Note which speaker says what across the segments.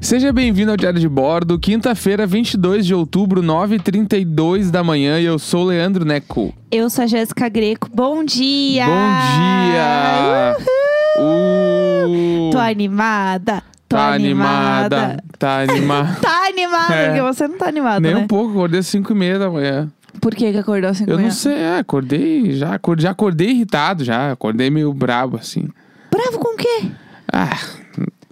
Speaker 1: Seja bem-vindo ao Diário de Bordo, quinta-feira, 22 de outubro, 9h32 da manhã, e eu sou o Leandro Neco.
Speaker 2: Eu sou a Jéssica Greco. Bom dia!
Speaker 1: Bom dia! Uh,
Speaker 2: Tô animada! Tô
Speaker 1: tá
Speaker 2: animada.
Speaker 1: animada, tá animada.
Speaker 2: Tá animada,
Speaker 1: É.
Speaker 2: porque você não tá animada,
Speaker 1: Nem
Speaker 2: né?
Speaker 1: um pouco, acordei às 5 e meia da manhã.
Speaker 2: Por que que acordou assim
Speaker 1: Eu não sei, é, acordei, já, acordei, já acordei irritado, já, acordei meio brabo, assim.
Speaker 2: Bravo com o quê?
Speaker 1: Ah,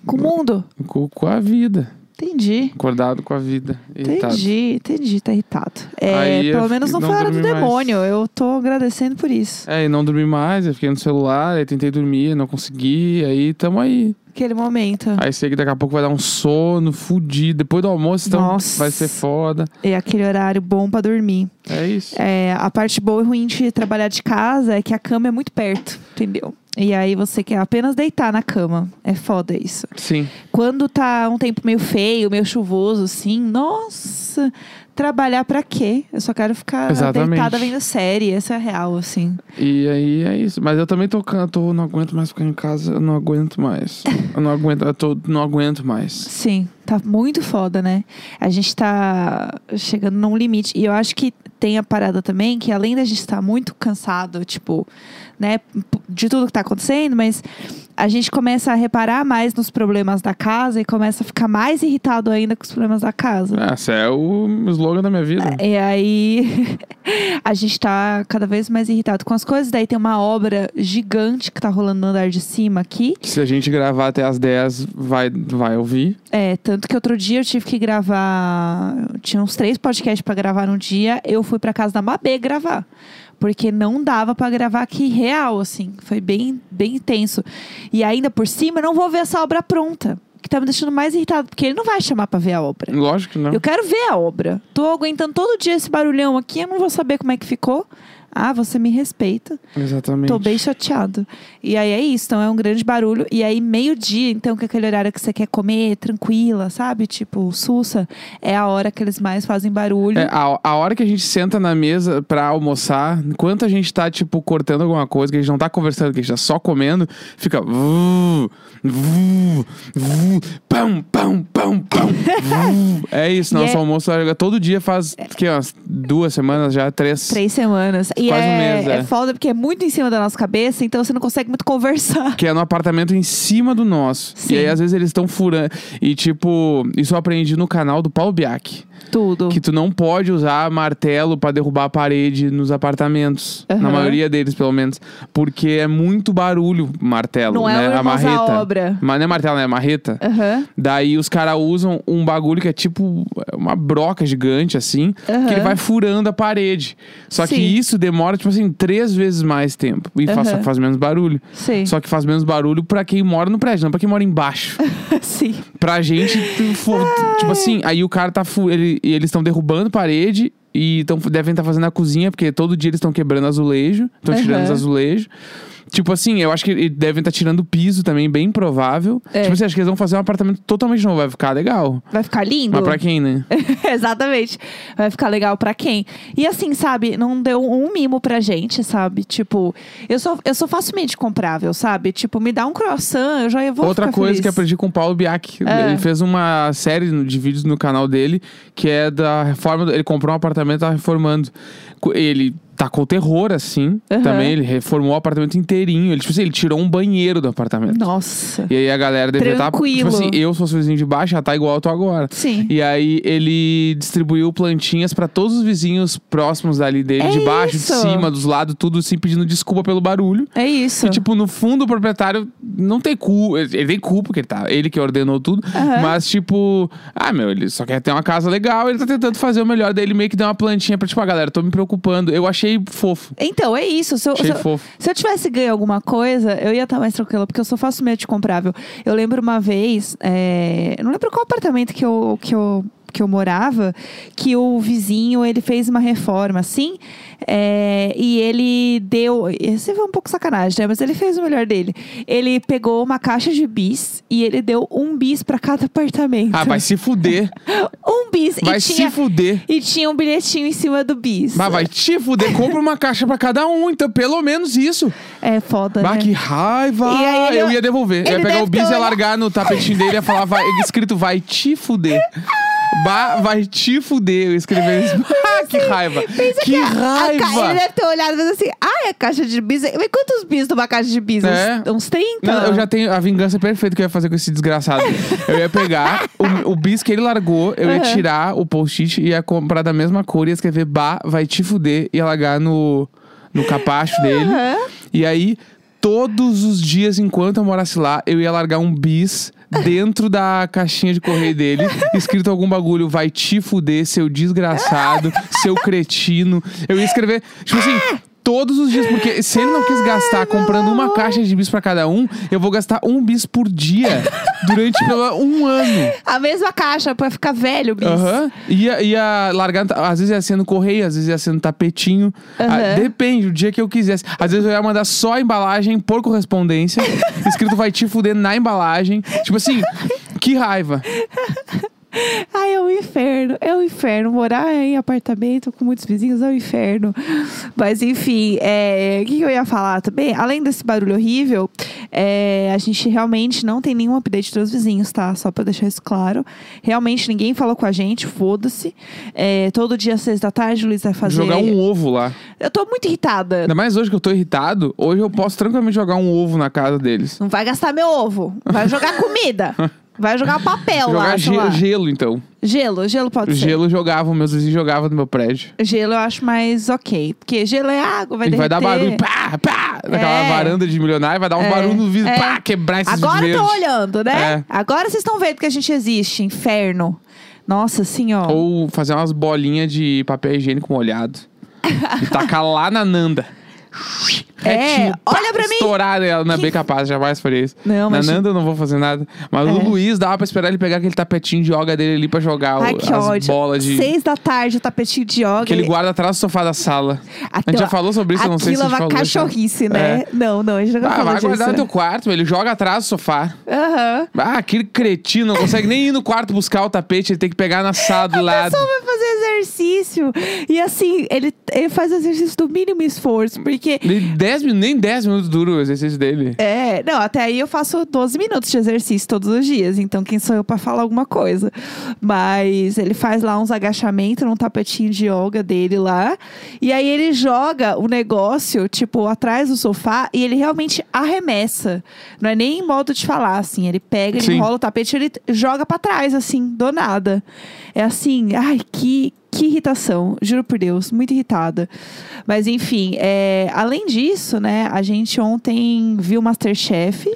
Speaker 2: Com o mundo?
Speaker 1: com, com a vida,
Speaker 2: Entendi.
Speaker 1: acordado com a vida, irritado.
Speaker 2: Entendi, entendi, tá irritado. É,
Speaker 1: Aí eu
Speaker 2: pelo menos
Speaker 1: fiquei-
Speaker 2: não,
Speaker 1: não
Speaker 2: foi a hora do
Speaker 1: dormi mais.
Speaker 2: demônio. Eu tô agradecendo por isso.
Speaker 1: É, e não dormi mais, eu fiquei no celular, aí tentei dormir, não consegui, aí tamo aí.
Speaker 2: Aquele momento.
Speaker 1: Aí sei que daqui a pouco vai dar um sono fudido. Depois do almoço, então
Speaker 2: Nossa.
Speaker 1: vai ser foda.
Speaker 2: É aquele horário bom pra dormir.
Speaker 1: É isso.
Speaker 2: É, a parte boa e ruim de trabalhar de casa é que a cama é muito perto, entendeu? E aí você quer apenas deitar na cama. É foda isso.
Speaker 1: Sim.
Speaker 2: Quando tá um tempo meio feio, meio chuvoso, assim, nossa, trabalhar pra quê? Eu só quero ficar
Speaker 1: Exatamente.
Speaker 2: deitada vendo série, essa é a real, assim.
Speaker 1: E aí é isso. Mas eu também tô canto, não aguento mais ficar em casa, eu não aguento mais. Eu não aguento, eu tô, não aguento mais.
Speaker 2: Sim, tá muito foda, né? A gente tá chegando num limite. E eu acho que tem a parada também que além da gente estar muito cansado, tipo, né, p- de tudo que tá acontecendo, mas a gente começa a reparar mais nos problemas da casa e começa a ficar mais irritado ainda com os problemas da casa.
Speaker 1: Ah, Esse é o slogan da minha vida.
Speaker 2: E aí a gente tá cada vez mais irritado com as coisas. Daí tem uma obra gigante que tá rolando no andar de cima aqui.
Speaker 1: Que se a gente gravar até as 10, vai, vai ouvir.
Speaker 2: É, tanto que outro dia eu tive que gravar. eu Tinha uns três podcasts pra gravar num dia. Eu fui pra casa da Mabê gravar. Porque não dava pra gravar aqui real, assim. Foi bem, bem intenso. E ainda por cima, eu não vou ver essa obra pronta. o Que tá me deixando mais irritado, porque ele não vai chamar pra ver a obra.
Speaker 1: Lógico que não.
Speaker 2: Eu quero ver a obra. Tô aguentando todo dia esse barulhão aqui, eu não vou saber como é que ficou. Ah, você me respeita.
Speaker 1: Exatamente.
Speaker 2: Tô bem chateado. E aí é isso, então é um grande barulho. E aí, meio-dia, então, que é aquele horário que você quer comer, tranquila, sabe? Tipo, sussa, é a hora que eles mais fazem barulho.
Speaker 1: É, a, a hora que a gente senta na mesa pra almoçar, enquanto a gente tá, tipo, cortando alguma coisa, que a gente não tá conversando, que a gente tá só comendo, fica. Vu, vu, vu, pão, pão, pão, pão. vu. É isso,
Speaker 2: E
Speaker 1: nosso
Speaker 2: é-
Speaker 1: almoço é todo dia faz que, umas duas semanas já, três.
Speaker 2: Três semanas. E
Speaker 1: Quase um
Speaker 2: é,
Speaker 1: mês, é.
Speaker 2: é foda porque é muito em cima da nossa cabeça, então você não consegue muito conversar.
Speaker 1: Que é no apartamento em cima do nosso.
Speaker 2: Sim.
Speaker 1: E aí, às vezes, eles estão furando. E, tipo, isso eu aprendi no canal do Paulo Biak.
Speaker 2: Tudo.
Speaker 1: Que tu não pode usar martelo pra derrubar a parede nos apartamentos.
Speaker 2: Aham.
Speaker 1: Na maioria deles, pelo menos. Porque é muito barulho o martelo,
Speaker 2: Não é
Speaker 1: né?
Speaker 2: o
Speaker 1: a
Speaker 2: Irmãos à
Speaker 1: marreta.
Speaker 2: Obra.
Speaker 1: Mas não é martelo, né? É marreta.
Speaker 2: Aham.
Speaker 1: Daí os caras usam um bagulho que é tipo uma broca gigante, assim,
Speaker 2: Aham.
Speaker 1: que ele vai furando a parede. Só que
Speaker 2: Sim.
Speaker 1: isso demora, tipo assim, três vezes mais tempo. E faz,
Speaker 2: Aham.
Speaker 1: faz menos barulho.
Speaker 2: Sim.
Speaker 1: Só que faz menos barulho pra quem mora no prédio, não pra quem mora embaixo.
Speaker 2: Sim.
Speaker 1: Pra gente, tu- for- tipo assim, aí o cara tá. fu- Ele, e eles estão derrubando parede e tão, devem estar fazendo a cozinha, porque todo dia eles estão quebrando azulejo, estão
Speaker 2: Aham.
Speaker 1: tirando os azulejos. Tipo assim, eu acho que eles devem estar tirando o piso também, bem provável.
Speaker 2: É.
Speaker 1: Tipo assim, acho que eles vão fazer um apartamento totalmente novo, vai ficar legal.
Speaker 2: Vai ficar lindo?
Speaker 1: Mas pra quem, né?
Speaker 2: Exatamente. Vai ficar legal pra quem? E assim, sabe, não deu um mimo pra gente, sabe? Tipo, eu sou, eu sou facilmente comprável, sabe? Tipo, me dá um croissant, eu já vou
Speaker 1: Outra
Speaker 2: ficar
Speaker 1: coisa
Speaker 2: feliz.
Speaker 1: que eu aprendi com o Paulo Biak.
Speaker 2: É.
Speaker 1: Ele fez uma série no- de vídeos no canal dele, que é da reforma. do- Ele comprou um apartamento e tá reformando. Co- Ele tacou terror, assim.
Speaker 2: Aham.
Speaker 1: Também, ele reformou o apartamento inteirinho. Ele, tipo assim, ele tirou um banheiro do apartamento.
Speaker 2: Nossa.
Speaker 1: E aí a galera devia estar.
Speaker 2: Tranquilo.
Speaker 1: Tipo assim, eu se fosse o vizinho de baixo, já tá igual eu tô agora.
Speaker 2: Sim.
Speaker 1: E aí ele distribuiu plantinhas pra todos os vizinhos próximos dali dele,
Speaker 2: É
Speaker 1: de baixo, de
Speaker 2: isso.
Speaker 1: cima, dos lados, tudo assim, pedindo desculpa pelo barulho.
Speaker 2: É isso.
Speaker 1: E, tipo, no fundo, o proprietário não tem culpa. Ele ele tem culpa, porque ele, tá, ele que ordenou tudo.
Speaker 2: Aham.
Speaker 1: Mas, tipo, ah, meu, ele só quer ter uma casa legal, ele tá tentando fazer o melhor dele, meio que deu uma plantinha pra, tipo, ah, galera, tô me preocupando. Eu achei fofo.
Speaker 2: Então, é isso. Se eu,
Speaker 1: Achei
Speaker 2: se eu-
Speaker 1: fofo.
Speaker 2: se eu tivesse ganho alguma coisa, eu ia estar mais tranquila, porque eu sou eh, facilmente comprável. Eu lembro uma vez, é, eu não lembro qual apartamento que eu, que eu que eu morava, que o vizinho ele fez uma reforma, assim, é, e ele deu. Esse foi um pouco sacanagem, né? Mas ele fez o melhor dele. Ele pegou uma caixa de bis e ele deu um bis pra cada apartamento.
Speaker 1: Ah, vai se fuder.
Speaker 2: Um bis
Speaker 1: Vai
Speaker 2: e
Speaker 1: se
Speaker 2: tinha.
Speaker 1: fuder.
Speaker 2: E tinha um bilhetinho em cima do bis.
Speaker 1: Mas vai te fuder. Compra uma caixa pra cada um, então pelo menos isso.
Speaker 2: É foda,
Speaker 1: Bah,
Speaker 2: né?
Speaker 1: que raiva!
Speaker 2: E aí ele- é
Speaker 1: eu ia devolver. Eu ia
Speaker 2: ele
Speaker 1: pegar o
Speaker 2: deve
Speaker 1: bis
Speaker 2: ter
Speaker 1: e ia
Speaker 2: olhado.
Speaker 1: largar no tapetinho dele e ia falar, vai, escrito vai te fuder. Bah, vai te fuder. Eu ia escrever isso. Ah, que raiva!
Speaker 2: Pensa
Speaker 1: Que
Speaker 2: a- A, ca- ele
Speaker 1: raiva!
Speaker 2: deve ter olhado e pensado assim, ah, é caixa de bis. Mas quantos bis numa caixa de bis?
Speaker 1: É.
Speaker 2: Uns, uns 30?
Speaker 1: Não, eu já tenho a vingança perfeita que eu ia fazer com esse desgraçado. Eu ia pegar o, o bis que ele largou, eu ia
Speaker 2: Aham.
Speaker 1: tirar o post-it e ia comprar da mesma cor e ia escrever bah, vai te fuder e ia largar no, no capacho dele.
Speaker 2: Aham.
Speaker 1: E aí, todos os dias, enquanto eu morasse lá, eu ia largar um bis dentro da caixinha de correio dele, escrito algum bagulho, vai te fuder, seu desgraçado, seu cretino. Eu ia escrever, tipo assim. Todos os dias, porque se ele não quis gastar comprando uma caixa de bis pra cada um, eu vou gastar um bis por dia durante pelo- um ano.
Speaker 2: A mesma caixa pra ficar velho, bis.
Speaker 1: Aham. Ia, ia largar, no ta- às vezes ia ser no correio, às vezes ia ser no tapetinho. Ah,
Speaker 2: Aham.
Speaker 1: depende, o dia que eu quisesse. Às vezes eu ia mandar só a embalagem por correspondência, escrito vai te fuder na embalagem. Tipo assim, que raiva.
Speaker 2: Ai, é um inferno, é um inferno. Morar em apartamento com muitos vizinhos é um inferno. Mas enfim, é, o que que eu ia falar também? Além desse barulho horrível, é, a gente realmente não tem nenhum update dos vizinhos, tá? Só pra deixar isso claro. Realmente ninguém falou com a gente, foda-se. É, todo dia às seis da tarde o Luiz vai fazer.
Speaker 1: Jogar um ovo lá.
Speaker 2: Eu tô muito irritada.
Speaker 1: Ainda mais hoje que eu tô irritado, hoje eu posso tranquilamente jogar um ovo na casa deles.
Speaker 2: Não vai gastar meu ovo. Vai jogar comida. Vai jogar papel
Speaker 1: jogar
Speaker 2: lá, sei
Speaker 1: ge-
Speaker 2: lá.
Speaker 1: gelo, então.
Speaker 2: Gelo, gelo pode ser.
Speaker 1: Gelo jogava, meus vizinhos jogavam no meu prédio.
Speaker 2: Gelo eu acho mais ok. Porque gelo é água, vai
Speaker 1: e vai
Speaker 2: derreter.
Speaker 1: dar barulho, pá, pá, naquela
Speaker 2: É.
Speaker 1: varanda de milionário, vai dar um
Speaker 2: É,
Speaker 1: barulho no vidro,
Speaker 2: é.
Speaker 1: pá, quebrar esses
Speaker 2: Agora
Speaker 1: verdes.
Speaker 2: estão olhando, né?
Speaker 1: É.
Speaker 2: Agora vocês estão vendo que a gente existe, inferno. Nossa, assim, ó.
Speaker 1: Ou fazer umas bolinhas de papel higiênico molhado. e tacar lá na Nanda. Retinho, pá,
Speaker 2: É, olha pra mim!
Speaker 1: Estourar ela na
Speaker 2: Que-
Speaker 1: bem capaz, jamais faria isso.
Speaker 2: Não,
Speaker 1: na
Speaker 2: mas-
Speaker 1: Nanda eu não vou fazer nada. Mas
Speaker 2: É.
Speaker 1: o Luiz dava pra esperar ele pegar aquele tapetinho de yoga dele ali pra jogar o-
Speaker 2: Ai, que
Speaker 1: as
Speaker 2: ódio.
Speaker 1: bolas de.
Speaker 2: Seis da tarde, o tapetinho de yoga.
Speaker 1: Que ele guarda atrás do sofá da sala.
Speaker 2: Aquilo-
Speaker 1: a gente já falou sobre isso, eu não sei se a
Speaker 2: Aquilo
Speaker 1: gente
Speaker 2: é uma
Speaker 1: falou. isso.
Speaker 2: cachorrice, né? Não, não, a gente nunca
Speaker 1: Ah,
Speaker 2: falou
Speaker 1: vai
Speaker 2: disso.
Speaker 1: guardar no teu quarto, ele joga atrás do sofá.
Speaker 2: Aham.
Speaker 1: Ah, aquele cretino não consegue nem ir no quarto buscar o tapete, ele tem que pegar na sala do
Speaker 2: A
Speaker 1: lado.
Speaker 2: pessoa vai fazer exercício. E assim, ele, ele faz exercício do mínimo esforço, porque
Speaker 1: Nem 10 minutos, nem 10 minutos dura o exercício dele.
Speaker 2: É, não, até aí eu faço 12 minutos de exercício todos os dias, então quem sou eu pra falar alguma coisa? Mas ele faz lá uns agachamentos num tapetinho de yoga dele lá, e aí ele joga o negócio, tipo, atrás do sofá, e ele realmente arremessa. Não é nem modo de falar, assim, ele pega, ele
Speaker 1: Sim.
Speaker 2: enrola o tapete, ele joga pra trás, assim, do nada. É assim, ai, que, que irritação, juro por Deus, muito irritada. Mas enfim, é, além disso, né, a gente ontem viu Masterchef,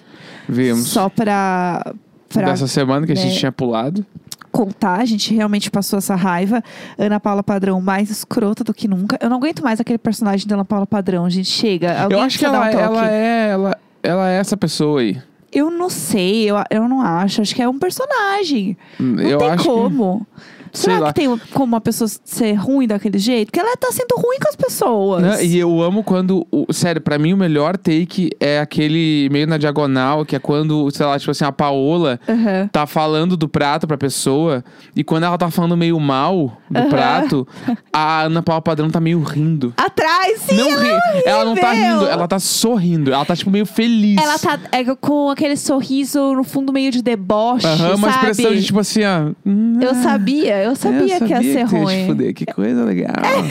Speaker 1: Vimos.
Speaker 2: só pra, pra
Speaker 1: Dessa semana que a gente
Speaker 2: né?
Speaker 1: tinha pulado.
Speaker 2: contar, a gente realmente passou essa raiva. Ana Paula Padrão mais escrota do que nunca. Eu não aguento mais aquele personagem da Ana Paula Padrão, gente, chega. Alguém
Speaker 1: eu acho que
Speaker 2: precisa
Speaker 1: ela,
Speaker 2: dar um toque.
Speaker 1: ela é. Ela, ela é essa pessoa aí.
Speaker 2: Eu não sei, eu, eu não acho, acho que é um personagem. Não
Speaker 1: eu
Speaker 2: tem
Speaker 1: acho que.
Speaker 2: como.
Speaker 1: sei
Speaker 2: Será
Speaker 1: lá.
Speaker 2: que tem um, como uma pessoa ser ruim daquele jeito? Porque ela tá sendo ruim com as pessoas.
Speaker 1: Né? E eu amo quando. o- sério, pra mim o melhor take é aquele meio na diagonal, que é quando, sei lá, tipo assim, a Paola
Speaker 2: Aham.
Speaker 1: tá falando do prato pra pessoa, e quando ela tá falando meio mal do
Speaker 2: Aham.
Speaker 1: prato, a Ana Paula Padrão tá meio rindo.
Speaker 2: Atrás, sim!
Speaker 1: não
Speaker 2: ela,
Speaker 1: ri. Ela não tá
Speaker 2: horrível.
Speaker 1: rindo, ela tá sorrindo. Ela tá, tipo, meio feliz.
Speaker 2: ela tá é, com aquele sorriso no fundo meio de deboche,
Speaker 1: Aham, uma
Speaker 2: sabe?
Speaker 1: expressão de tipo assim, ó. "Hum,
Speaker 2: Eu sabia, eu sabia,
Speaker 1: eu
Speaker 2: que ia
Speaker 1: que
Speaker 2: ser
Speaker 1: tu te
Speaker 2: ruim.
Speaker 1: fuder, que coisa legal.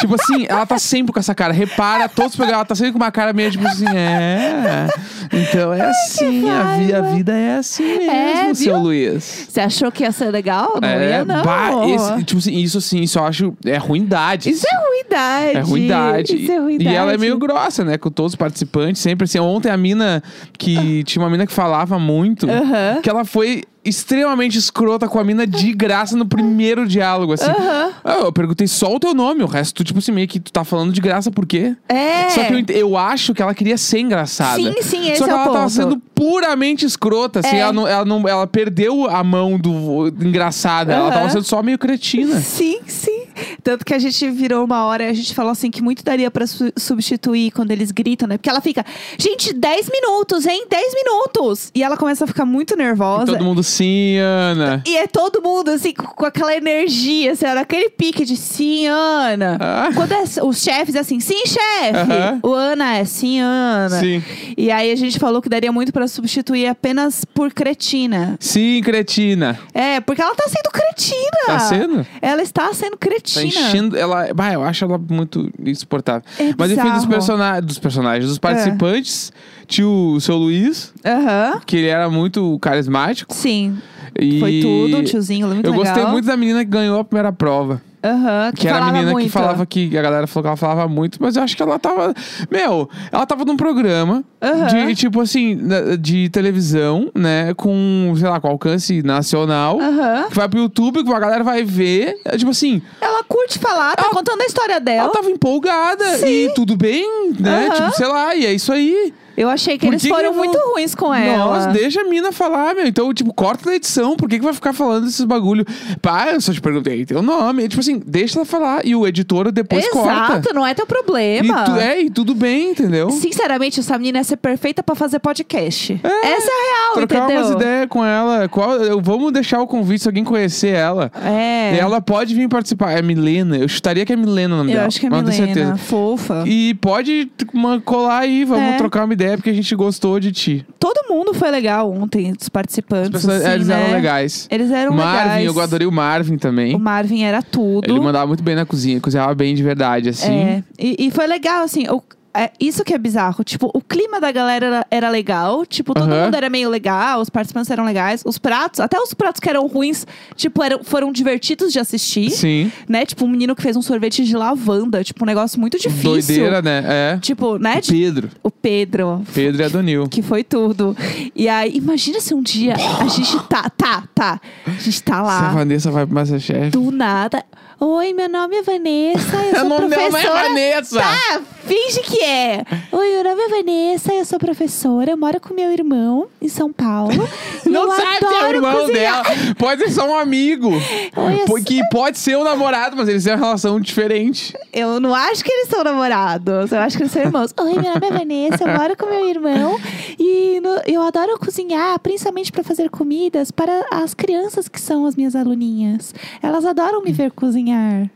Speaker 1: tipo assim, ela tá sempre com essa cara. Repara, todos os programas, ela tá sempre com uma cara meio tipo assim, é. Então é assim, a, vi- a
Speaker 2: raiva.
Speaker 1: vida é assim mesmo,
Speaker 2: É, viu?
Speaker 1: seu Luiz.
Speaker 2: Você achou que ia ser legal? Não
Speaker 1: é,
Speaker 2: ia, Tá não.
Speaker 1: bah, esse- tipo assim, isso assim, isso eu acho. É ruindade.
Speaker 2: Isso é ruindade.
Speaker 1: É ruindade.
Speaker 2: Isso é
Speaker 1: E
Speaker 2: ruindade.
Speaker 1: ela é meio grossa, né? Com todos os participantes, sempre assim. Ontem a mina que. Tinha uma mina que falava muito.
Speaker 2: Ah. Aham.
Speaker 1: Que ela foi extremamente escrota com a mina de graça no primeiro diálogo, assim.
Speaker 2: Aham.
Speaker 1: Ah, Eu perguntei só o teu nome, o resto tu, tipo assim, meio que tu tá falando de graça por quê?
Speaker 2: É.
Speaker 1: Só que eu, ent- eu acho que ela queria ser engraçada.
Speaker 2: Sim, sim, esse
Speaker 1: Só que
Speaker 2: é o
Speaker 1: ela tava
Speaker 2: ponto.
Speaker 1: sendo puramente escrota, assim.
Speaker 2: É.
Speaker 1: Ela, não, ela, não, ela perdeu a mão do engraçada. Ela
Speaker 2: Aham.
Speaker 1: tava sendo só meio cretina.
Speaker 2: Sim, sim. Tanto que a gente virou uma hora e a gente falou assim que muito daria pra su- substituir quando eles gritam, né? Porque ela fica, gente, 10 minutos, hein? 10 minutos! E ela começa a ficar muito nervosa.
Speaker 1: Todo mundo, sim, Ana.
Speaker 2: E é todo mundo, assim, com com aquela energia, assim, aquele pique de sim, Ana.
Speaker 1: Ah.
Speaker 2: Quando é s- os chefes, é assim, sim, chefe.
Speaker 1: Aham.
Speaker 2: O Ana é sim, Ana.
Speaker 1: Sim.
Speaker 2: E aí a gente falou que daria muito pra substituir apenas por cretina.
Speaker 1: Sim, cretina.
Speaker 2: É, porque ela tá sendo cretina.
Speaker 1: Tá sendo?
Speaker 2: Ela está sendo
Speaker 1: Tá
Speaker 2: cretina.
Speaker 1: enchendo. Ela. Bah, eu acho ela muito insuportável.
Speaker 2: É
Speaker 1: Mas enfim, dos,
Speaker 2: bizarro.
Speaker 1: persona... dos personagens, dos participantes, tinha o seu Luiz,
Speaker 2: Aham.
Speaker 1: que ele era muito carismático.
Speaker 2: Sim.
Speaker 1: E...
Speaker 2: Foi tudo, um tiozinho muito
Speaker 1: Eu
Speaker 2: legal.
Speaker 1: gostei muito da menina que ganhou a primeira prova.
Speaker 2: Aham, que,
Speaker 1: Que era a
Speaker 2: falava
Speaker 1: menina
Speaker 2: muito.
Speaker 1: que falava que. A galera falou que ela falava muito, mas eu acho que ela tava. Meu, ela tava num programa
Speaker 2: Aham.
Speaker 1: de, tipo assim, na- de televisão, né? Com, sei lá, com alcance nacional.
Speaker 2: Aham.
Speaker 1: Que vai pro YouTube, que a galera vai ver. É, Tipo assim,
Speaker 2: Ela curte falar, tá
Speaker 1: Ah,
Speaker 2: contando a história
Speaker 1: ela
Speaker 2: dela.
Speaker 1: tava empolgada e tudo bem, né?
Speaker 2: Aham.
Speaker 1: Tipo, sei lá, e é isso aí.
Speaker 2: Eu achei que
Speaker 1: Por
Speaker 2: eles
Speaker 1: que que
Speaker 2: foram
Speaker 1: eu vou-
Speaker 2: muito ruins com ela.
Speaker 1: Nossa, deixa a mina falar, meu. Então, tipo, corta na edição. Por que, que vai ficar falando esses bagulho? Pá, eu só te perguntei teu nome. É, Tipo assim, deixa ela falar. E o editor depois
Speaker 2: Exato,
Speaker 1: corta.
Speaker 2: não é teu
Speaker 1: E
Speaker 2: problema.
Speaker 1: tu, é, e tudo bem, entendeu?
Speaker 2: Sinceramente, essa menina ia ser perfeita pra fazer podcast. Essa é a real,
Speaker 1: Trocar
Speaker 2: entendeu?
Speaker 1: umas ideias com ela. Qual, eu, vamos deixar o convite se alguém conhecer ela.
Speaker 2: É.
Speaker 1: Ela pode vir participar. É Milena. Eu chutaria que é Milena o nome
Speaker 2: Eu
Speaker 1: dela.
Speaker 2: acho que é
Speaker 1: mas não tenho
Speaker 2: Milena,
Speaker 1: certeza.
Speaker 2: fofa.
Speaker 1: E pode uma, colar aí, vamos
Speaker 2: É.
Speaker 1: trocar uma ideia, porque a gente gostou de ti.
Speaker 2: Todo mundo foi legal ontem, dos participantes.
Speaker 1: As pessoas-
Speaker 2: assim,
Speaker 1: eles
Speaker 2: né?
Speaker 1: eram legais.
Speaker 2: Eles eram
Speaker 1: Marvin,
Speaker 2: legais.
Speaker 1: eu adorei o Marvin também.
Speaker 2: O Marvin era tudo.
Speaker 1: Ele mandava muito bem na cozinha, cozinhava bem de verdade, assim.
Speaker 2: É, e, e foi legal, assim, o- é, isso que é bizarro. Tipo, o clima da galera era, era legal. Tipo, todo
Speaker 1: Aham.
Speaker 2: mundo era meio legal, os participantes eram legais. Os pratos, até os pratos que eram ruins, tipo, eram, foram divertidos de assistir.
Speaker 1: Sim.
Speaker 2: Né? Tipo, um menino que fez um sorvete de lavanda. Tipo, um negócio muito difícil.
Speaker 1: Doideira, né? É.
Speaker 2: Tipo, né? de-
Speaker 1: Pedro.
Speaker 2: o Pedro.
Speaker 1: Pedro e Adonil.
Speaker 2: Que foi tudo. E aí, imagina se um dia a gente tá, tá, tá. A gente tá
Speaker 1: Se a
Speaker 2: lá,
Speaker 1: Vanessa vai pro Masterchef.
Speaker 2: do nada. Oi, meu nome é Vanessa. Eu sou
Speaker 1: o nome dela não é
Speaker 2: professora
Speaker 1: Vanessa.
Speaker 2: Tá, finge que é. Oi, meu nome é Vanessa, eu sou professora, eu moro com meu irmão em São Paulo. e
Speaker 1: Não
Speaker 2: eu
Speaker 1: sabe se é o
Speaker 2: adoro
Speaker 1: irmão
Speaker 2: cozinhar.
Speaker 1: dela. Pode ser só um amigo.
Speaker 2: Olha
Speaker 1: Po-
Speaker 2: só.
Speaker 1: que pode ser o namorado, mas eles têm uma relação diferente.
Speaker 2: Eu não acho que eles são namorados, eu acho que eles são irmãos. Oi, meu nome é Vanessa, eu moro com meu irmão e no- eu adoro cozinhar, principalmente para fazer comidas para as crianças que são as minhas aluninhas. Elas adoram me ver cozinhar.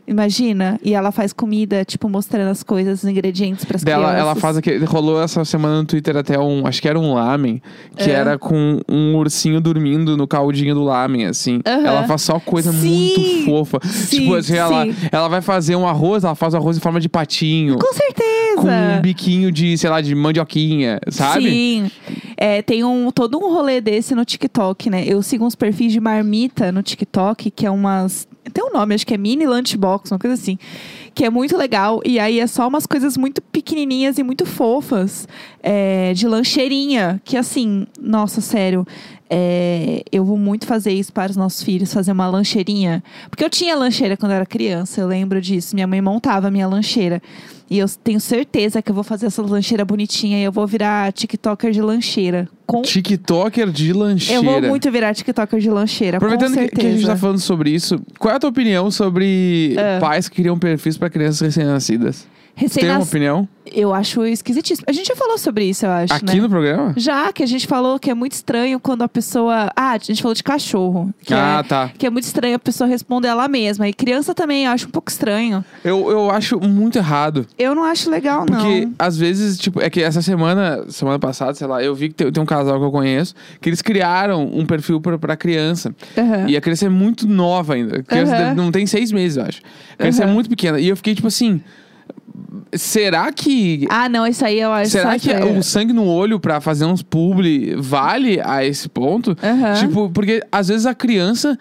Speaker 2: Imagina, e ela faz comida, tipo, mostrando as coisas, os ingredientes para as
Speaker 1: Dela,
Speaker 2: crianças.
Speaker 1: ela faz aquele. Rolou essa semana no Twitter até um. Acho que era um lamen. Que
Speaker 2: É.
Speaker 1: era com um ursinho dormindo no caldinho do lamen, assim.
Speaker 2: Aham.
Speaker 1: Ela faz só coisa
Speaker 2: Sim.
Speaker 1: muito fofa.
Speaker 2: Sim,
Speaker 1: tipo assim, ela,
Speaker 2: sim.
Speaker 1: ela vai fazer um arroz, ela faz o arroz em forma de patinho.
Speaker 2: Com certeza.
Speaker 1: com um biquinho de, sei lá, de mandioquinha, sabe?
Speaker 2: Sim. É, tem um, todo um rolê desse no TikTok, né? Eu sigo uns perfis de marmita no TikTok, que é umas. Tem um nome, acho que é mini lunchbox, uma coisa assim. Que é muito legal. E aí é só umas coisas muito pequenininhas e muito fofas. é, de lancheirinha. Que assim, nossa, sério. é, eu vou muito fazer isso para os nossos filhos, fazer uma lancheirinha. Porque eu tinha lancheira quando eu era criança, eu lembro disso. Minha mãe montava a minha lancheira. E eu tenho certeza que eu vou fazer essa lancheira bonitinha e eu vou virar TikToker de lancheira. Com...
Speaker 1: TikToker de lancheira.
Speaker 2: Eu vou muito virar TikToker de lancheira.
Speaker 1: Aproveitando
Speaker 2: É, com
Speaker 1: que,
Speaker 2: certeza. Ah.
Speaker 1: que a gente tá falando sobre isso, qual é a tua opinião sobre pais que criam perfis pra crianças recém-nascidas?
Speaker 2: Recém
Speaker 1: Tem uma
Speaker 2: nas-
Speaker 1: opinião?
Speaker 2: Eu acho esquisitíssimo. A gente já falou sobre isso, eu acho, né?
Speaker 1: Aqui no programa?
Speaker 2: Já que a gente falou que é muito estranho quando a pessoa. Ah, a gente falou de cachorro. Que
Speaker 1: ah,
Speaker 2: é...
Speaker 1: tá.
Speaker 2: Que é muito estranho a pessoa responder ela mesma. E criança também, eu acho um pouco estranho.
Speaker 1: Eu, eu acho muito errado.
Speaker 2: Eu não acho legal,
Speaker 1: Porque
Speaker 2: não.
Speaker 1: às vezes, tipo, é que essa semana, semana passada, sei lá, eu vi que tem, tem um casal que eu conheço, que eles criaram um perfil pra, pra criança.
Speaker 2: Aham.
Speaker 1: E a criança é muito nova ainda. A criança
Speaker 2: Aham.
Speaker 1: deve- não tem seis meses, eu acho. A criança é
Speaker 2: Aham.
Speaker 1: muito pequena. E eu fiquei tipo assim. Será que.
Speaker 2: Ah, não, isso aí eu acho.
Speaker 1: Será
Speaker 2: só
Speaker 1: que é o sangue no olho pra fazer uns publi vale a esse ponto?
Speaker 2: Aham.
Speaker 1: Tipo, porque às vezes a criança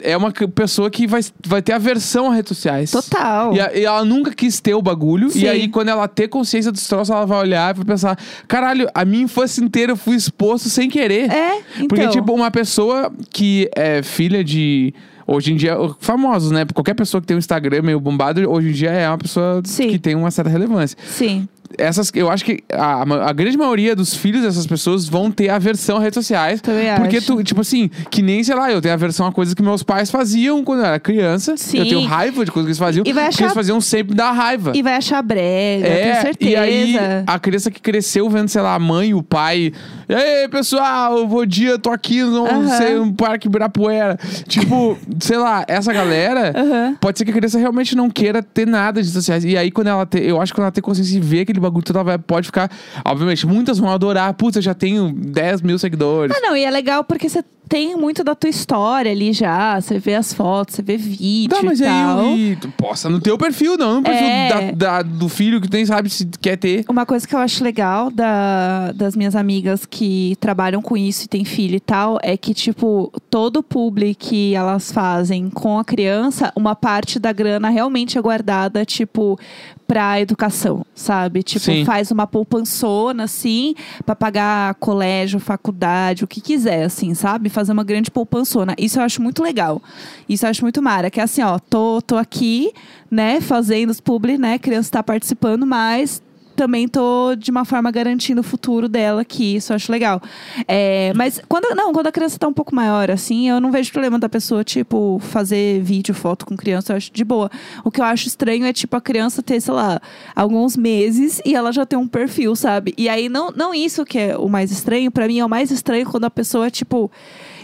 Speaker 1: é uma c- pessoa que vai, vai ter aversão a redes sociais.
Speaker 2: Total.
Speaker 1: E, a- e ela nunca quis ter o bagulho.
Speaker 2: Sim.
Speaker 1: E aí, quando ela ter consciência dos troços, ela vai olhar e vai pensar: caralho, a minha infância inteira eu fui exposto sem querer. tipo,
Speaker 2: É, então.
Speaker 1: Porque, tipo, uma pessoa que é filha de Hoje em dia, famosos, né? Qualquer pessoa que tem um Instagram meio bombado, hoje em dia é uma pessoa
Speaker 2: Sim.
Speaker 1: que tem uma certa relevância.
Speaker 2: Sim.
Speaker 1: Essas, eu acho que a, a grande maioria dos filhos dessas pessoas vão ter aversão a redes sociais.
Speaker 2: Também
Speaker 1: Porque
Speaker 2: acho.
Speaker 1: tu, tipo assim, que nem, sei lá, eu tenho aversão a coisas que meus pais faziam quando eu era criança.
Speaker 2: Sim.
Speaker 1: Eu tenho raiva de coisas que eles faziam.
Speaker 2: E vai
Speaker 1: Porque
Speaker 2: achar-
Speaker 1: eles faziam sempre dar raiva.
Speaker 2: E vai achar brega, tenho
Speaker 1: É,
Speaker 2: certeza.
Speaker 1: E aí, a criança que cresceu vendo, sei lá, a mãe, o pai. E aí, pessoal, bom dia, tô aqui no
Speaker 2: Aham.
Speaker 1: sei, no Parque Ibirapuera. Tipo, sei lá, essa galera.
Speaker 2: Aham.
Speaker 1: Pode ser que a criança realmente não queira ter nada de redes sociais. E aí, quando ela ter, eu acho que quando ela ter consciência e ver aquele bagulho, tudo, ela vai, pode ficar. Obviamente, muitas vão adorar. Putz, eu já tenho 10 mil seguidores.
Speaker 2: Ah, não, e é legal porque você tem muito da tua história ali já. Você vê as fotos, você vê vídeo
Speaker 1: Tá, mas
Speaker 2: é e
Speaker 1: aí
Speaker 2: tal.
Speaker 1: eu- e tu posta no teu perfil, não no perfil
Speaker 2: É.
Speaker 1: da- da- do filho que tem, sabe, se quer ter.
Speaker 2: Uma coisa que eu acho legal da- das minhas amigas que trabalham com isso e tem filho e tal, é que, tipo, todo o publi que elas fazem com a criança, uma parte da grana realmente é guardada, tipo, pra educação, sabe? Tipo,
Speaker 1: Sim.
Speaker 2: faz uma poupançona, assim, pra pagar colégio, faculdade, o que quiser, assim, sabe? Fazer uma grande poupançona. Isso eu acho muito legal. Isso eu acho muito mara. Que é assim, ó, tô, tô aqui, né, fazendo os publi, né, criança tá participando, mas também tô de uma forma garantindo o futuro dela aqui, isso eu acho legal. É, mas quando não, quando a criança tá um pouco maior assim, eu não vejo problema da pessoa tipo fazer vídeo, foto com criança, eu acho de boa. O que eu acho estranho é tipo a criança ter, sei lá, alguns meses e ela já tem um perfil, sabe? E aí não não isso que é o mais estranho, pra mim é o mais estranho quando a pessoa tipo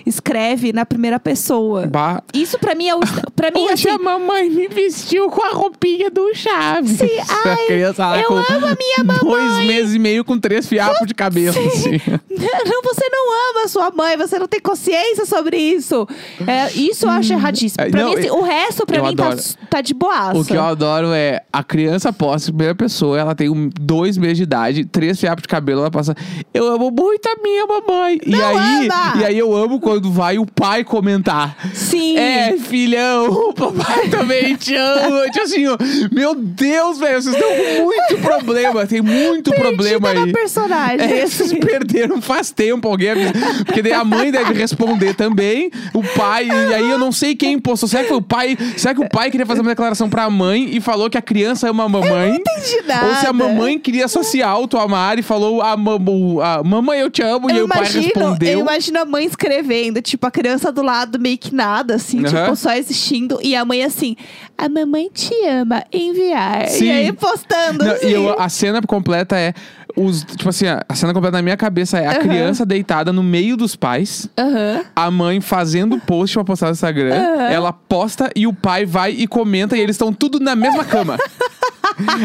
Speaker 2: escreve na primeira pessoa.
Speaker 1: Bah,
Speaker 2: Isso pra mim é o para mim assim,
Speaker 1: mamãe me vestiu com a roupinha do Chaves.
Speaker 2: Sim, ai,
Speaker 1: a criança lá
Speaker 2: eu
Speaker 1: com
Speaker 2: amo a minha
Speaker 1: Dois meses e meio com três fiapos de cabelo. assim.
Speaker 2: Não, você não ama a sua mãe, você não tem consciência sobre isso. É, isso eu acho erradíssimo.
Speaker 1: É,
Speaker 2: Pra
Speaker 1: não,
Speaker 2: mim, assim,
Speaker 1: eu-
Speaker 2: o resto, pra
Speaker 1: eu
Speaker 2: mim, tá,
Speaker 1: adoro.
Speaker 2: tá de boaça.
Speaker 1: O que eu adoro é a criança posta, primeira pessoa, ela tem um- dois meses de idade, três fiapos de cabelo, ela passa. Eu amo muito a minha mamãe. e
Speaker 2: Não
Speaker 1: aí,
Speaker 2: ama!
Speaker 1: e aí eu amo quando vai o pai comentar.
Speaker 2: Sim.
Speaker 1: É, filhão, o papai também te ama. Tipo assim, ó, meu Deus, velho, vocês estão com muito problema. Tem muito
Speaker 2: Perdida
Speaker 1: problema
Speaker 2: na
Speaker 1: aí.
Speaker 2: personagem.
Speaker 1: É, vocês perderam faz tempo alguém. avisa- Porque daí a mãe deve responder também. O pai. E aí eu não sei quem postou. Será que foi o pai? Será que o pai queria fazer uma declaração pra mãe e falou que a criança ama a mamãe?
Speaker 2: entendi nada.
Speaker 1: Ou se a mamãe queria associar auto a Mari e falou a, mam- a mamãe eu te amo e aí
Speaker 2: Eu
Speaker 1: o pai
Speaker 2: imagino,
Speaker 1: respondeu.
Speaker 2: eu imagino a mãe escrevendo, tipo, a criança do lado meio que nada, assim,
Speaker 1: Aham.
Speaker 2: tipo, só existindo. E a mãe assim, a mamãe te ama, enviar.
Speaker 1: Sim.
Speaker 2: E aí postando,
Speaker 1: Não,
Speaker 2: assim.
Speaker 1: e eu- a cena completa é. Os, tipo assim, a a cena completa na minha cabeça é a
Speaker 2: Aham.
Speaker 1: criança deitada no meio dos pais.
Speaker 2: Aham.
Speaker 1: A mãe fazendo post pra postar no Instagram. Ela posta e o pai vai e comenta e eles estão tudo na mesma cama.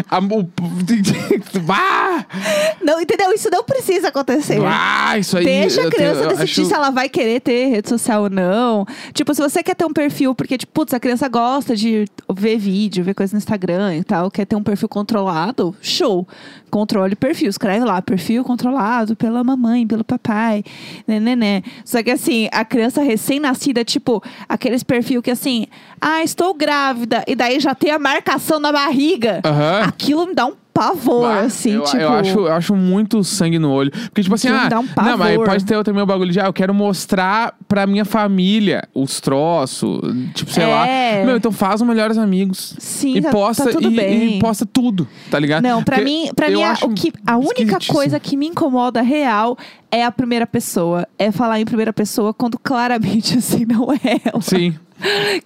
Speaker 1: A, o, ah,
Speaker 2: Não, entendeu? Isso não precisa acontecer.
Speaker 1: ah, isso aí.
Speaker 2: Deixa
Speaker 1: eu
Speaker 2: a
Speaker 1: te-
Speaker 2: criança
Speaker 1: eu
Speaker 2: decidir
Speaker 1: acho-
Speaker 2: se ela vai querer ter rede social ou não. Tipo, se você quer ter um perfil, porque, tipo, putz, a criança gosta de ver vídeo, ver coisa no Instagram e tal, quer ter um perfil controlado, show. Controle perfil, escreve lá, perfil controlado pela mamãe, pelo papai, né, né, né. Só que assim, a criança recém-nascida, tipo, aqueles perfil que assim, ah, estou grávida, e daí já tem a marcação na barriga.
Speaker 1: Aham.
Speaker 2: Aquilo me dá um pavor,
Speaker 1: Ah,
Speaker 2: assim,
Speaker 1: eu,
Speaker 2: tipo.
Speaker 1: eu acho, eu acho muito sangue no olho. Porque, tipo assim,
Speaker 2: Aquilo
Speaker 1: ah,
Speaker 2: me dá um
Speaker 1: não, mas
Speaker 2: pavor.
Speaker 1: pode ter também o bagulho de, ah, eu quero mostrar pra minha família os troços, tipo, sei lá.
Speaker 2: É.
Speaker 1: Meu, então faz os melhores amigos.
Speaker 2: Sim,
Speaker 1: e
Speaker 2: tá- tá
Speaker 1: posta,
Speaker 2: tudo
Speaker 1: e,
Speaker 2: bem.
Speaker 1: e posta tudo, tá ligado?
Speaker 2: Não, pra
Speaker 1: Porque
Speaker 2: mim, pra
Speaker 1: eu
Speaker 2: mim a,
Speaker 1: acho
Speaker 2: o que, a única
Speaker 1: esquisitíssimo.
Speaker 2: coisa que me incomoda real é a primeira pessoa. É falar em primeira pessoa quando claramente assim não é ela.
Speaker 1: Sim.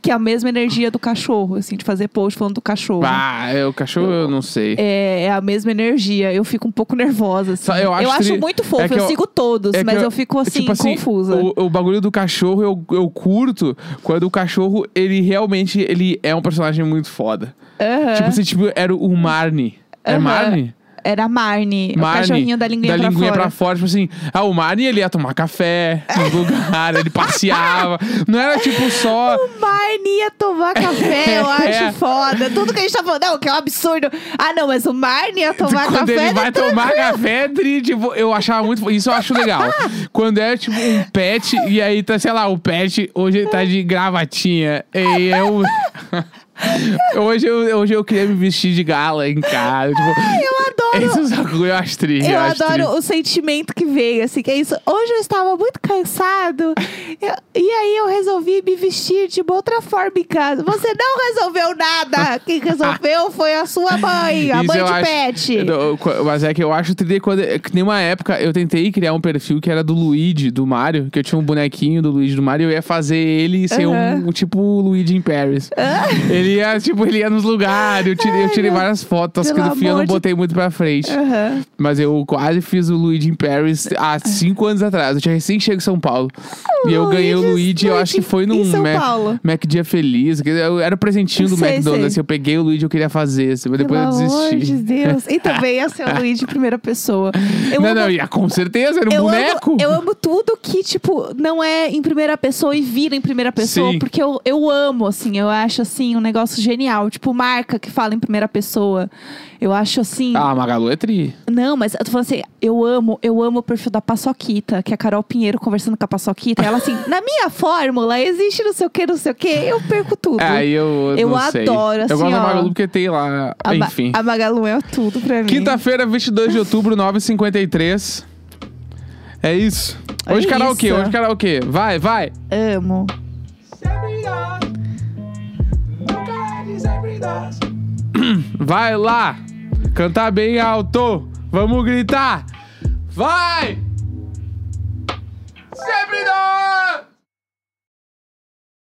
Speaker 2: Que é a mesma energia do cachorro, assim, de fazer post falando do cachorro.
Speaker 1: Ah, é, o cachorro eu não sei.
Speaker 2: É, é a mesma energia. Eu fico um pouco nervosa. assim.
Speaker 1: Só- eu acho tri-
Speaker 2: muito fofo,
Speaker 1: é que
Speaker 2: eu,
Speaker 1: eu-
Speaker 2: sigo todos,
Speaker 1: é que
Speaker 2: mas eu, fico assim,
Speaker 1: tipo
Speaker 2: confusa.
Speaker 1: O, o bagulho do cachorro eu, eu curto quando o cachorro, ele realmente ele é um personagem muito foda.
Speaker 2: Aham.
Speaker 1: Tipo assim, tipo, era o Marne. É
Speaker 2: Aham.
Speaker 1: Marne?
Speaker 2: Era a Marne, o
Speaker 1: Marne,
Speaker 2: cachorrinho da linguinha, pra, fora.
Speaker 1: pra fora. Tipo assim, ah, o Marne ele ia tomar café no lugar, ele passeava. Não era tipo só.
Speaker 2: Marne ia tomar café, eu
Speaker 1: É.
Speaker 2: acho foda. Tudo que a gente tá falando, não, que é um absurdo. Ah, não, mas o Marne ia tomar
Speaker 1: Quando
Speaker 2: café.
Speaker 1: ele vai
Speaker 2: tá
Speaker 1: tomar café, tri, tipo, eu achava muito. Isso eu acho legal. Quando é, tipo, um pet, e aí tá, sei lá, o pet hoje ele tá de gravatinha. E eu. hoje, eu hoje eu queria me vestir de gala em casa. Tipo,
Speaker 2: Eu adoro.
Speaker 1: esses Riastri,
Speaker 2: Eu
Speaker 1: Riastri.
Speaker 2: adoro o sentimento que veio, assim, que é isso. Hoje eu estava muito cansado eu- e aí eu resolvi me vestir de uma outra forma em casa. Você não resolveu nada. Quem resolveu foi a sua mãe, a
Speaker 1: Isso
Speaker 2: mãe
Speaker 1: eu
Speaker 2: de
Speaker 1: acho-
Speaker 2: pet.
Speaker 1: Eu dou- qu- Mas é que eu acho que quando. é que Tem uma época eu tentei criar um perfil que era do Luigi, do Mario, que eu tinha um bonequinho do Luigi do Mario e eu ia fazer ele ser
Speaker 2: Aham. Ah.
Speaker 1: um, um tipo Luigi em Paris. Ele ia, tipo, ele ia nos lugares, eu tirei, eu tirei várias fotos, que
Speaker 2: Pelo
Speaker 1: no fim eu
Speaker 2: amor
Speaker 1: não
Speaker 2: de-
Speaker 1: botei muito pra frente.
Speaker 2: Aham.
Speaker 1: Mas eu quase fiz o Luigi em Paris há cinco anos atrás. Eu tinha recém chego em São Paulo. e eu ganhei o
Speaker 2: Luigi-
Speaker 1: Luigi, eu acho que
Speaker 2: Luigi
Speaker 1: foi
Speaker 2: em
Speaker 1: num
Speaker 2: São
Speaker 1: Mac,
Speaker 2: Paulo.
Speaker 1: Mac Dia Feliz. que eu- Era o presentinho do
Speaker 2: Sei, sei.
Speaker 1: McDonald's. assim, eu peguei o Luigi, eu queria fazer, assim, mas depois eu
Speaker 2: Pelo amor
Speaker 1: desisti.
Speaker 2: de Deus. E também ia ser o Luigi em primeira pessoa. Eu
Speaker 1: não,
Speaker 2: amo-
Speaker 1: não, ia, com certeza, era um
Speaker 2: eu
Speaker 1: boneco.
Speaker 2: Amo, eu amo tudo que, tipo, não é em primeira pessoa e vira em primeira pessoa.
Speaker 1: Sim.
Speaker 2: Porque eu, eu amo, assim, eu acho, assim, um negócio genial. Tipo, marca que fala em primeira pessoa. Eu acho, assim...
Speaker 1: Ah, Magalu é tri.
Speaker 2: Não, mas eu tô falando assim, eu amo, eu amo o perfil da Paçoquita. Que é a Carol Pinheiro conversando com a Paçoquita. Ela, assim, na minha fórmula existe não sei o que, não sei o que. Eu perco tudo.
Speaker 1: É, Aí eu
Speaker 2: Eu
Speaker 1: não sei.
Speaker 2: adoro, assim,
Speaker 1: Eu gosto da
Speaker 2: ó.
Speaker 1: Magalu porque tem lá,
Speaker 2: a, Ma-
Speaker 1: enfim.
Speaker 2: a Magalu é tudo pra mim.
Speaker 1: Quinta-feira, 22 de outubro, 9h53. É isso.
Speaker 2: É
Speaker 1: Hoje karaokê,
Speaker 2: isso.
Speaker 1: hoje karaokê. Vai, vai.
Speaker 2: Amo.
Speaker 3: Sabrina, lugar de Sabrinas.
Speaker 1: Vai lá! Cantar bem alto! Vamos gritar! Vai!
Speaker 3: Sabrina!